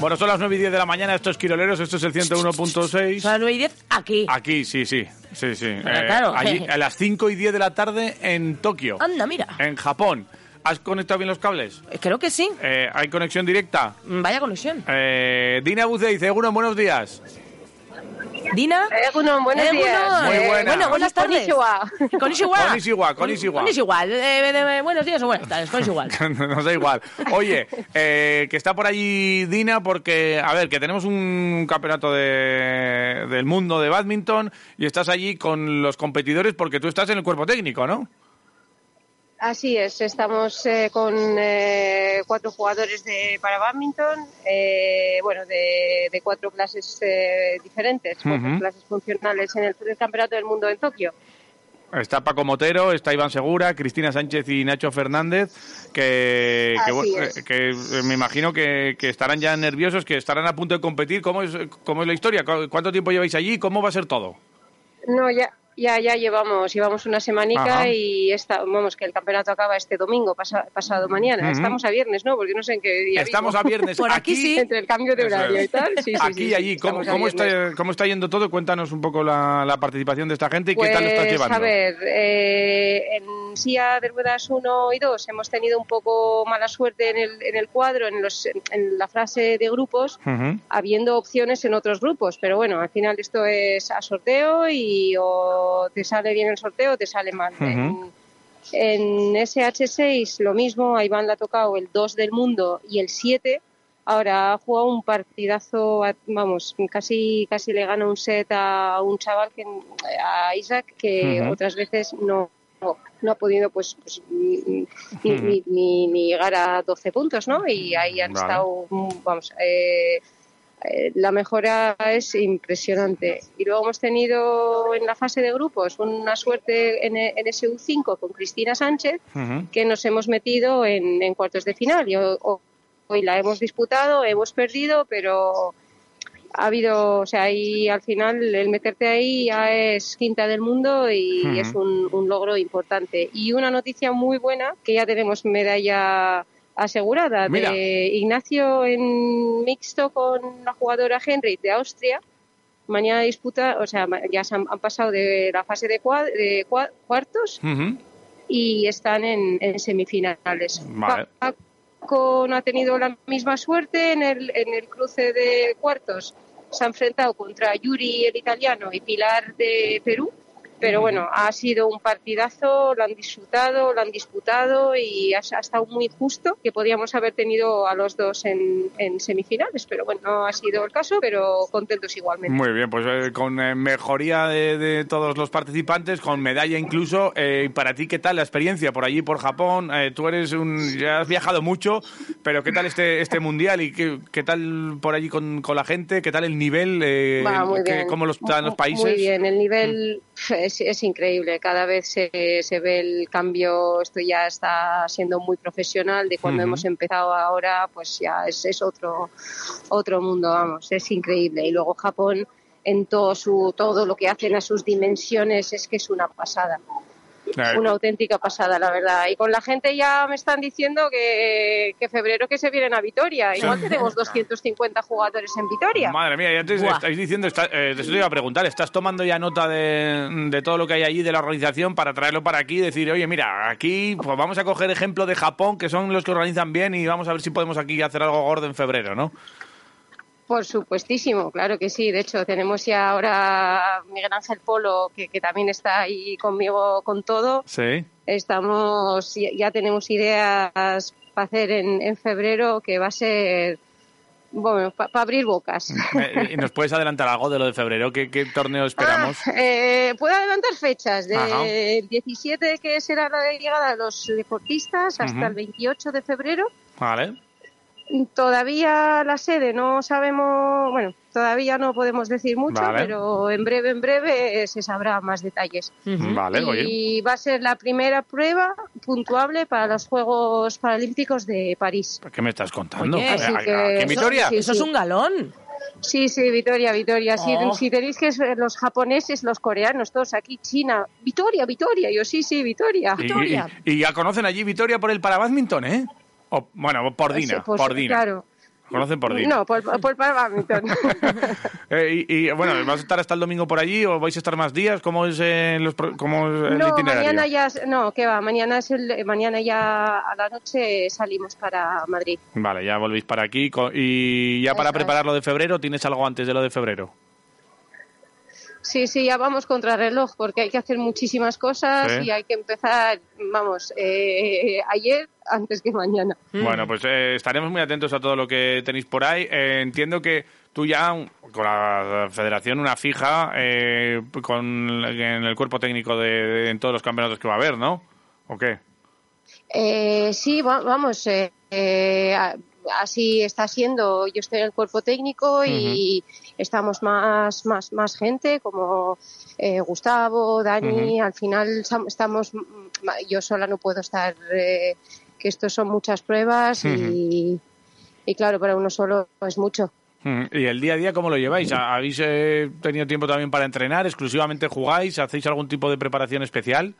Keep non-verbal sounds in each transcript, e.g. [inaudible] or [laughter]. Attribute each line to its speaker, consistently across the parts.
Speaker 1: Bueno, son las 9 y 10 de la mañana, esto es Quiroleros, esto es el 101.6.
Speaker 2: Son 9 y 10 aquí.
Speaker 1: Aquí, sí, sí, sí, sí. Eh,
Speaker 2: claro.
Speaker 1: allí, a las 5 y 10 de la tarde en Tokio,
Speaker 2: Anda, mira.
Speaker 1: en Japón. ¿Has conectado bien los cables?
Speaker 2: Eh, Creo que sí.
Speaker 1: Eh, ¿Hay conexión directa?
Speaker 2: Mm, Vaya conexión.
Speaker 1: Eh, Dina Buce dice, Egunon, buenos días. [laughs]
Speaker 2: Dina.
Speaker 3: Egunon, Eh, buenos
Speaker 2: Egunon.
Speaker 3: días.
Speaker 1: Muy
Speaker 3: Eh,
Speaker 1: buena.
Speaker 2: Bueno, buenas tardes.
Speaker 3: Konnichiwa.
Speaker 2: Konnichiwa.
Speaker 1: Konnichiwa, konnichiwa.
Speaker 2: Konnichiwa. Eh, de- de- buenos días o buenas tardes.
Speaker 1: [laughs]
Speaker 2: Konnichiwa.
Speaker 1: Nos da igual. Oye, eh, que está por allí Dina porque, a ver, que tenemos un campeonato de- del mundo de badminton y estás allí con los competidores porque tú estás en el cuerpo técnico, ¿no?
Speaker 3: Así es, estamos eh, con eh, cuatro jugadores de para badminton, eh, bueno, de, de cuatro clases eh, diferentes, cuatro
Speaker 1: Ujú.
Speaker 3: clases funcionales en el, en el Campeonato del Mundo en Tokio.
Speaker 1: Está Paco Motero, está Iván Segura, Cristina Sánchez y Nacho Fernández, que, que,
Speaker 3: Así
Speaker 1: bueno,
Speaker 3: es.
Speaker 1: eh, que, eh, me imagino que, que estarán ya nerviosos, que estarán a punto de competir. ¿Cómo es, cómo es la historia? ¿Cu- ¿Cuánto tiempo lleváis allí? ¿Cómo va a ser todo?
Speaker 3: No, ya, ya, ya llevamos, llevamos una semanica
Speaker 1: Ajá.
Speaker 3: y esta, vamos, que el campeonato acaba este domingo, pasa- pasado mañana.
Speaker 1: Ujú.
Speaker 3: Estamos a viernes, ¿no? Porque no sé en qué día.
Speaker 1: Estamos
Speaker 3: vivo.
Speaker 1: a
Speaker 3: [laughs]
Speaker 1: viernes.
Speaker 2: [laughs] Por aquí sí.
Speaker 3: Entre el cambio de
Speaker 1: Eso
Speaker 3: horario
Speaker 1: es.
Speaker 3: y tal. Sí, sí,
Speaker 1: Aquí
Speaker 3: sí,
Speaker 1: y allí, ¿cómo,
Speaker 3: estamos a
Speaker 1: cómo
Speaker 3: viernes.
Speaker 1: está, cómo está yendo todo? Cuéntanos un poco la, la participación de esta gente y qué tal lo estás
Speaker 3: Pues,
Speaker 1: llevando.
Speaker 3: A ver, eh, en silla de ruedas 1 y 2 hemos tenido un poco mala suerte en el, en el cuadro, en, los, en la frase de grupos,
Speaker 1: Ujú.
Speaker 3: habiendo opciones en otros grupos. Pero bueno, al final esto es a sorteo y o te sale bien el sorteo o te sale mal.
Speaker 1: Ujú.
Speaker 3: En- en, SH6 lo mismo, a Iván le ha tocado el 2 del mundo y el 7. Ahora ha jugado un partidazo, a- vamos, casi, casi le gana un set a un chaval, que, a Isaac, que
Speaker 1: Ujú.
Speaker 3: otras veces no, no, no ha podido pues, pues, ni, ni-
Speaker 1: Ujú.
Speaker 3: ni- ni- ni llegar a 12 puntos, ¿no? Y ahí han
Speaker 1: Vale.
Speaker 3: estado, mm, vamos, eh, eh, la mejora es impresionante. Y luego hemos tenido en la fase de grupos una suerte en, en SU5 con Cristina Sánchez,
Speaker 1: Ujú.
Speaker 3: que nos hemos metido en, en cuartos de final. Y ho- ho- hoy la hemos disputado, hemos perdido, pero ha habido, o sea, ahí al final el meterte ahí ya es quinta del mundo y
Speaker 1: Ujú.
Speaker 3: es un, un logro importante. Y una noticia muy buena, que ya tenemos medalla asegurada
Speaker 1: Mira.
Speaker 3: de Ignacio en mixto con la jugadora Henry de Austria. Mañana disputa, o sea, ma- ya se han, han pasado de la fase de, cua- de cua- cuartos
Speaker 1: Ujú.
Speaker 3: y están en, en semifinales.
Speaker 1: Vale.
Speaker 3: Paco no ha tenido la misma suerte en el, en el cruce de cuartos. Se ha enfrentado contra Yuri, el italiano, y Pilar de Perú. Pero bueno, ha sido un partidazo, lo han disfrutado, lo han disputado y ha, ha estado muy justo que podíamos haber tenido a los dos en, en semifinales. Pero bueno, no ha sido el caso, pero contentos igualmente.
Speaker 1: Muy bien, pues eh, con eh, mejoría de, de todos los participantes, con medalla incluso. Eh, ¿Para ti qué tal la experiencia por allí, por Japón? Eh, tú eres un, ya has viajado mucho, pero ¿qué tal este, este mundial y qué, qué tal por allí con, con la gente? ¿Qué tal el nivel? Eh,
Speaker 3: Va, muy
Speaker 1: ¿qué-
Speaker 3: bien.
Speaker 1: ¿Cómo lo están los
Speaker 3: Mu-
Speaker 1: países? Mm.
Speaker 3: Muy bien, el nivel pf, es, es increíble. Cada vez se, se ve el cambio. Esto ya está siendo muy profesional. De cuando
Speaker 1: Ujú.
Speaker 3: hemos empezado ahora, pues ya es, es otro, otro mundo, vamos. Es increíble. Y luego Japón, en todo, su, todo lo que hacen a sus dimensiones, es que es una pasada.
Speaker 1: Eh,
Speaker 3: Una auténtica pasada, la verdad. Y con la gente ya me están diciendo que, que febrero que se vienen a Vitoria. Igual tenemos 250 jugadores en Vitoria.
Speaker 1: Madre mía, ya te
Speaker 2: Buah.
Speaker 1: estáis diciendo, está- eh, eso te iba a preguntar, ¿estás tomando ya nota de, de todo lo que hay allí, de la organización, para traerlo para aquí y decir, oye, mira, aquí pues vamos a coger ejemplo de Japón, que son los que organizan bien, y vamos a ver si podemos aquí hacer algo gordo en febrero, ¿no?
Speaker 3: Por supuestísimo, claro que sí. De hecho, tenemos ya ahora a Miguel Ángel Polo, que, que también está ahí conmigo con todo.
Speaker 1: Sí.
Speaker 3: Estamos, ya ya tenemos ideas para hacer en, en febrero, que va a ser bueno, para abrir bocas.
Speaker 1: [laughs] Eh, ¿Y nos puedes adelantar algo de lo de febrero? ¿Qué, qué torneo esperamos?
Speaker 3: Ah, eh, puedo adelantar fechas,
Speaker 1: Ajá.
Speaker 3: del 17 que será la llegada de los deportistas hasta
Speaker 1: Ujú.
Speaker 3: el 28 de febrero.
Speaker 1: Vale.
Speaker 3: Todavía la sede no sabemos, bueno, todavía no podemos decir mucho,
Speaker 1: Vale.
Speaker 3: pero en breve, en breve eh, se sabrá más detalles.
Speaker 1: Vale, oye.
Speaker 3: y va a ser la primera prueba puntuable para los Juegos Paralímpicos de París.
Speaker 1: pues, ¿Qué me estás contando?
Speaker 2: Oye,
Speaker 1: Eh,
Speaker 2: así
Speaker 1: ¿a- a-
Speaker 3: que-
Speaker 1: ¿Aquí en
Speaker 3: Eso-
Speaker 1: Vitoria?
Speaker 3: sí.
Speaker 2: Eso es un galón.
Speaker 3: Sí, sí, Vitoria, Vitoria. Si,
Speaker 2: Oh.
Speaker 3: si tenéis que ser los japoneses, los coreanos, todos aquí, China, Vitoria, Vitoria. Yo sí, sí, Vitoria.
Speaker 1: Y- y-
Speaker 2: Vitoria.
Speaker 1: Y, ya conocen allí Vitoria por el parabádminton, ¿eh? O, bueno, por Dina,
Speaker 3: Pues,
Speaker 1: por Dina.
Speaker 3: Claro.
Speaker 1: Conocen por Dina.
Speaker 3: No, por, por
Speaker 1: [laughs]
Speaker 3: Parabadminton.
Speaker 1: Eh, y, y, bueno, ¿vas a estar hasta el domingo por allí o vais a estar más días? ¿Cómo es, eh, los pro- cómo es el
Speaker 3: no,
Speaker 1: itinerario?
Speaker 3: mañana ya, no, que va, mañana es el, mañana ya a la noche salimos para Madrid.
Speaker 1: Vale, ya volvéis para aquí. co- ¿Y ya para
Speaker 3: Eso es.
Speaker 1: preparar lo de febrero tienes algo antes de lo de febrero?
Speaker 3: Sí, sí, ya vamos contra reloj porque hay que hacer muchísimas cosas
Speaker 1: Sí.
Speaker 3: y hay que empezar, vamos, eh, ayer antes que mañana.
Speaker 1: Bueno, pues eh, estaremos muy atentos a todo lo que tenéis por ahí. Eh, entiendo que tú ya, un- con la federación, una fija eh, con, en el cuerpo técnico de, de- en todos los campeonatos que va a haber, ¿no? ¿O qué?
Speaker 3: Eh, sí, va- vamos, eh, eh, a- así está siendo. Yo estoy en el cuerpo técnico y estamos más, más, más gente, como eh, Gustavo, Dani. Al final sam- estamos, mm, ma- yo sola no puedo estar, eh, que estos son muchas pruebas y, y claro, para uno solo es mucho.
Speaker 1: Mm, ¿Y el día a día cómo lo lleváis? ¿Ha- ¿Habéis eh, tenido tiempo también para entrenar? ¿Exclusivamente jugáis? ¿Hacéis algún tipo de preparación especial?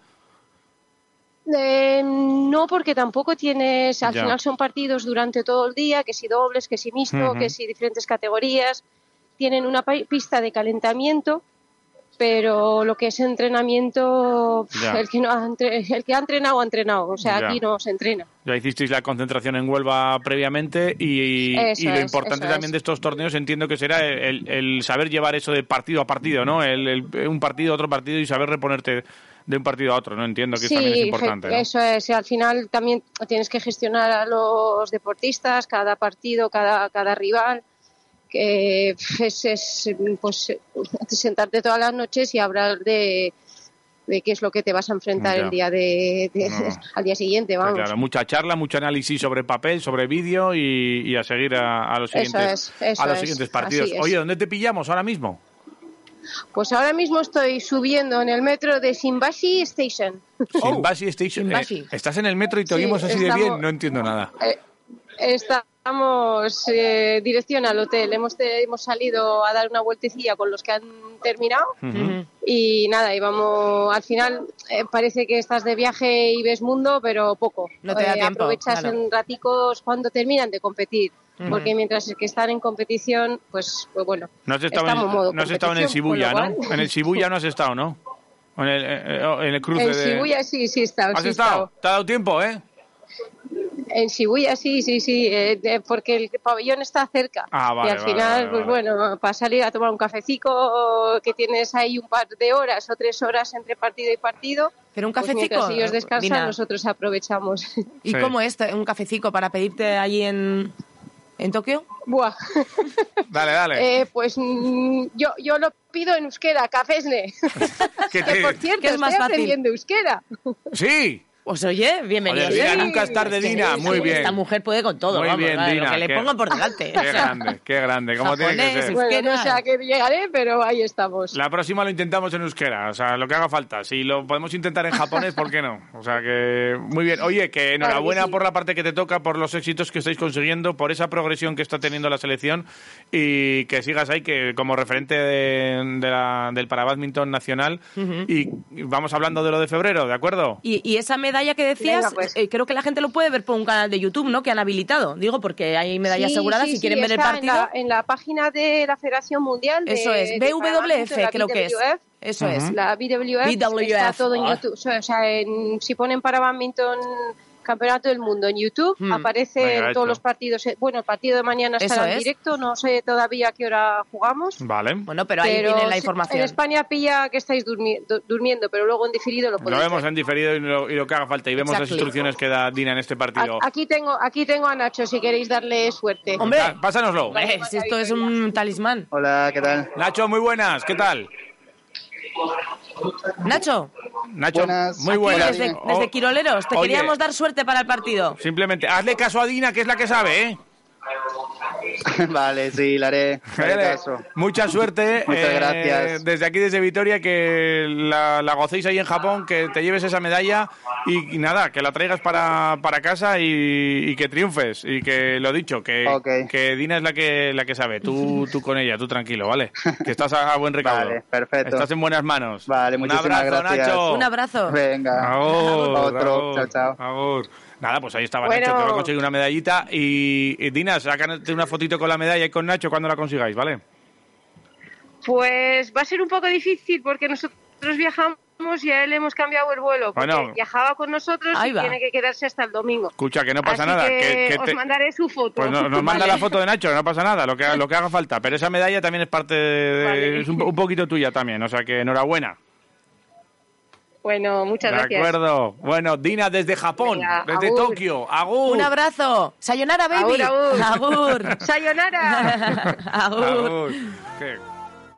Speaker 3: Eh, no, porque tampoco tienes. Al
Speaker 1: Ya.
Speaker 3: final son partidos durante todo el día, que si dobles, que si mixto,
Speaker 1: Ujú.
Speaker 3: que si diferentes categorías. Tienen una pa- pista de calentamiento, pero lo que es entrenamiento, pf,
Speaker 1: Ya.
Speaker 3: el que, no ha entre- el que ha entrenado, ha entrenado. O sea,
Speaker 1: Ya.
Speaker 3: aquí no se entrena.
Speaker 1: Ya hicisteis la concentración en Huelva previamente y,
Speaker 3: Eso
Speaker 1: y lo
Speaker 3: es,
Speaker 1: importante
Speaker 3: eso
Speaker 1: también
Speaker 3: es.
Speaker 1: de estos torneos entiendo que será el, el saber llevar eso de partido a partido, ¿no? El, el- un partido, otro partido y saber reponerte de un partido a otro, ¿no? Entiendo que también es
Speaker 3: ge-
Speaker 1: importante. ¿no?
Speaker 3: eso es. Al final también tienes que gestionar a los deportistas, cada partido, cada, cada rival. Que pf, es, es, pues, [laughs] eh, sentarte todas las noches y hablar de, de qué es lo que te vas a enfrentar
Speaker 1: Ya.
Speaker 3: el día de, de-
Speaker 1: No.
Speaker 3: [laughs] al día siguiente,
Speaker 1: Está
Speaker 3: vamos.
Speaker 1: claro, mucha charla, mucho análisis sobre papel, sobre vídeo y, y a seguir a, a los
Speaker 3: Eso
Speaker 1: siguientes,
Speaker 3: es, eso
Speaker 1: a los
Speaker 3: es,
Speaker 1: siguientes
Speaker 3: así
Speaker 1: partidos.
Speaker 3: es.
Speaker 1: Oye, ¿dónde te pillamos ahora mismo?
Speaker 3: Pues ahora mismo estoy subiendo en el metro de Simbashi Station.
Speaker 1: Sin Basi Station.
Speaker 2: Simbashi.
Speaker 1: Eh, estás en el metro y te
Speaker 3: Oh, Sí,
Speaker 1: oímos así de
Speaker 3: estamos-
Speaker 1: bien, no entiendo nada.
Speaker 3: Eh, Estamos eh, dirección al hotel. Hemos, te- hemos salido a dar una vueltecilla con los que han terminado
Speaker 2: Ujú.
Speaker 3: y nada, y vamos. Al final eh, parece que estás de viaje y ves mundo, pero poco. Eh,
Speaker 2: No te da tiempo,
Speaker 3: Aprovechas
Speaker 2: claro.
Speaker 3: en raticos cuando terminan de competir, porque mientras que están en competición, pues, pues bueno.
Speaker 1: No has estado, en,
Speaker 3: estamos modo
Speaker 1: no has estado en el
Speaker 3: competición, con
Speaker 1: Shibuya,
Speaker 3: lo
Speaker 1: ¿no?
Speaker 3: cual-
Speaker 1: En el Shibuya no has estado, ¿no? O En el, eh, eh, o en el cruce
Speaker 3: En
Speaker 1: de...
Speaker 3: Shibuya sí, sí he estado.
Speaker 1: ¿Has
Speaker 3: sí he
Speaker 1: estado?
Speaker 3: estado.
Speaker 1: ¿Te ha dado tiempo, eh?
Speaker 3: En Shibuya sí, sí, sí, eh, de- porque el pabellón está cerca.
Speaker 1: Ah, vale,
Speaker 3: y al
Speaker 1: vale,
Speaker 3: final,
Speaker 1: vale,
Speaker 3: pues
Speaker 1: vale.
Speaker 3: bueno, para salir a tomar un cafecico que tienes ahí un par de horas o tres horas entre partido y partido.
Speaker 2: Pero un
Speaker 3: pues
Speaker 2: cafecico.
Speaker 3: mientras ellos descansan,
Speaker 2: eh, Dina,
Speaker 3: nosotros aprovechamos. [laughs]
Speaker 2: ¿Y
Speaker 1: Sí.
Speaker 2: cómo es un cafecito para pedirte allí en, en Tokio?
Speaker 3: Buah.
Speaker 1: Dale, dale.
Speaker 3: Eh, pues mm, yo, yo lo pido en euskera, cafesne. [laughs]
Speaker 1: Que
Speaker 3: que
Speaker 1: te-
Speaker 3: por cierto,
Speaker 2: Que es más
Speaker 3: estoy
Speaker 2: fácil.
Speaker 3: aprendiendo euskera.
Speaker 1: ¡Sí!
Speaker 2: Pues oye, bienvenido. ¿eh?
Speaker 1: Oye, Dina,
Speaker 2: Sí.
Speaker 1: nunca es tarde,
Speaker 2: Es que
Speaker 1: Dina,
Speaker 2: esta-
Speaker 1: muy bien.
Speaker 2: Esta mujer puede con todo,
Speaker 1: Muy
Speaker 2: vamos,
Speaker 1: bien,
Speaker 2: vale,
Speaker 1: Dina,
Speaker 2: lo que
Speaker 1: qué-
Speaker 2: le pongan por delante.
Speaker 1: Qué grande, qué grande, como tiene que
Speaker 2: Japonés,
Speaker 1: ser.
Speaker 2: Euskera.
Speaker 3: Bueno, no sé a qué llegaré, pero ahí estamos.
Speaker 1: La próxima lo intentamos en euskera, o sea, lo que haga falta. Si lo podemos intentar en japonés, ¿por qué no? O sea, que muy bien. Oye, que enhorabuena
Speaker 3: sí.
Speaker 1: por la parte que te toca, por los éxitos que estáis consiguiendo, por esa progresión que está teniendo la selección y que sigas ahí que como referente de, de la- del parabádminton nacional. Y vamos hablando de lo de febrero, ¿de acuerdo?
Speaker 2: Y, y esa medalla que decías,
Speaker 3: Venga, pues.
Speaker 2: eh, creo que la gente lo puede ver por un canal de YouTube, ¿no? Que han habilitado. Digo, porque hay medalla
Speaker 3: Sí,
Speaker 2: asegurada.
Speaker 3: sí,
Speaker 2: si
Speaker 3: sí,
Speaker 2: quieren ver el
Speaker 3: está
Speaker 2: partido,
Speaker 3: En la, en la página de la Federación Mundial. de-
Speaker 2: eso es.
Speaker 3: de
Speaker 2: BWF,
Speaker 3: Parlamento, la
Speaker 2: creo que es.
Speaker 3: BWF,
Speaker 2: Eso es.
Speaker 3: La BWF,
Speaker 2: BWF,
Speaker 3: está todo en
Speaker 2: ah.
Speaker 3: YouTube. O sea, en- si ponen para badminton Campeonato del Mundo en YouTube.
Speaker 1: Hmm,
Speaker 3: Aparece
Speaker 1: venga,
Speaker 3: en todos
Speaker 1: hecho.
Speaker 3: los partidos. eh, Bueno, el partido de mañana
Speaker 2: Eso
Speaker 3: estará
Speaker 2: es.
Speaker 3: en directo. No sé todavía a qué hora jugamos.
Speaker 1: Vale.
Speaker 2: Bueno, pero ahí
Speaker 3: Pero
Speaker 2: tienen la
Speaker 3: sí,
Speaker 2: información.
Speaker 3: En España pilla que estáis durmi- du- durmiendo, pero luego en diferido lo
Speaker 1: Lo
Speaker 3: podéis
Speaker 1: vemos en diferido y lo, y lo que haga falta. Y vemos las
Speaker 2: pues este. Exacto. Ah,
Speaker 1: instrucciones que da Dina en este
Speaker 3: ver.
Speaker 1: partido.
Speaker 3: A- Aquí tengo, aquí tengo a Nacho si queréis darle suerte.
Speaker 2: Hombre.
Speaker 1: Ah, Pásanoslo.
Speaker 2: Hombre, si esto es un talismán.
Speaker 4: Hola, ¿qué tal? [laughs]
Speaker 1: Nacho, muy buenas. ¿Qué tal?
Speaker 2: Nacho,
Speaker 1: Nacho,
Speaker 4: Buenas.
Speaker 1: muy
Speaker 4: Aquí
Speaker 1: buenas.
Speaker 2: desde,
Speaker 1: Oh,
Speaker 2: desde Quiroleros, te
Speaker 1: oye,
Speaker 2: queríamos dar suerte para el partido.
Speaker 1: Simplemente, hazle caso a Dina, que es la que sabe, ¿eh?
Speaker 4: vale, sí, la haré. la haré caso.
Speaker 1: Mucha suerte.
Speaker 4: [laughs] Muchas
Speaker 1: eh,
Speaker 4: gracias.
Speaker 1: Desde aquí, desde Vitoria, que la, la gocéis ahí en Japón, que te lleves esa medalla y, y nada, que la traigas para, para casa y, y que triunfes. Y que lo dicho, que,
Speaker 4: Ok.
Speaker 1: que Dina es la que, la que sabe. Tú, tú con ella, tú tranquilo, ¿vale? Que estás a, a buen recaudo.
Speaker 4: [laughs] Vale, perfecto.
Speaker 1: Estás en buenas manos.
Speaker 4: Vale, muchísimas
Speaker 1: Un abrazo,
Speaker 4: gracias.
Speaker 1: Nacho.
Speaker 2: Un abrazo.
Speaker 1: [laughs]
Speaker 4: Venga.
Speaker 1: Agur,
Speaker 4: Otro.
Speaker 1: agur,
Speaker 4: Chao, chao.
Speaker 1: agur. Nada, pues ahí estaba
Speaker 3: Bueno.
Speaker 1: Nacho, que va a conseguir una medallita. Y, y Dina, sácate una fotito con la medalla y con Nacho cuando la consigáis, ¿vale?
Speaker 3: Pues va a ser un poco difícil porque nosotros viajamos y a él hemos cambiado el vuelo. Porque
Speaker 1: Bueno.
Speaker 3: viajaba con nosotros
Speaker 2: Ahí
Speaker 3: y
Speaker 2: va.
Speaker 3: tiene que quedarse hasta el domingo.
Speaker 1: Escucha, que no pasa
Speaker 3: Así
Speaker 1: nada.
Speaker 3: Que
Speaker 1: que
Speaker 3: os
Speaker 1: te-
Speaker 3: mandaré su foto.
Speaker 1: Pues no- nos manda la foto de Nacho, no pasa nada, lo que, lo que haga falta. Pero esa medalla también es parte, de-
Speaker 3: Vale.
Speaker 1: es un, un poquito tuya también, o sea que enhorabuena.
Speaker 3: Bueno, muchas
Speaker 1: de
Speaker 3: gracias.
Speaker 1: acuerdo. Bueno, Dina desde Japón,
Speaker 3: Venga,
Speaker 1: desde
Speaker 3: agur.
Speaker 1: Tokio, agur. [laughs]
Speaker 2: Un abrazo. Sayonara, baby.
Speaker 3: [laughs] Agur, agur.
Speaker 2: Agur. [laughs]
Speaker 3: Sayonara.
Speaker 2: Agur.
Speaker 1: Agur. Qué-